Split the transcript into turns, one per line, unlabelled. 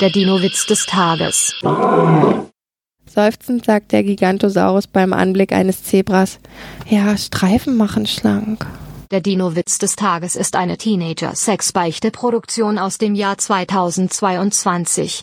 Der Dino-Witz des Tages.
Seufzend sagt der Gigantosaurus beim Anblick eines Zebras: Ja, Streifen machen schlank.
Der Dino-Witz des Tages ist eine Teenager-Sex-Beichte-Produktion aus dem Jahr 2022.